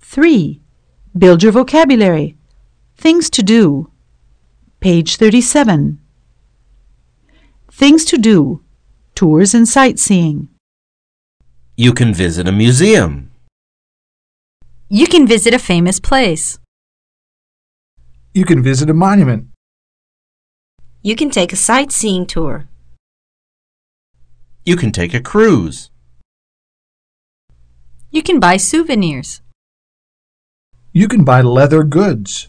3. Build your vocabulary. Things to do. Page 37. Things to do. Tours and sightseeing. You can visit a museum. You can visit a famous place. You can visit a monument. You can take a sightseeing tour. You can take a cruise. You can buy souvenirs. You can buy leather goods.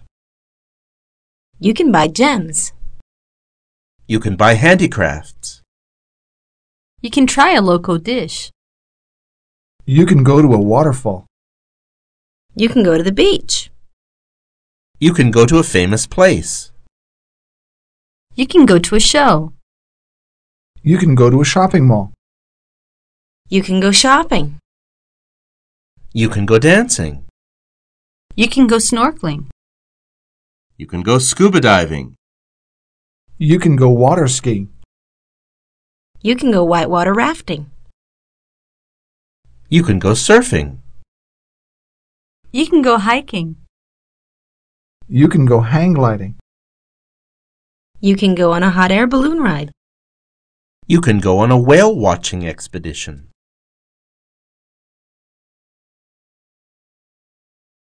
You can buy gems. You can buy handicrafts. You can try a local dish. You can go to a waterfall. You can go to the beach. You can go to a famous place. You can go to a show. You can go to a shopping mall. You can go shopping. You can go dancing. You can go snorkeling. You can go scuba diving. You can go water skiing. You can go whitewater rafting. You can go surfing. You can go hiking. You can go hang gliding. You can go on a hot air balloon ride. You can go on a whale watching expedition.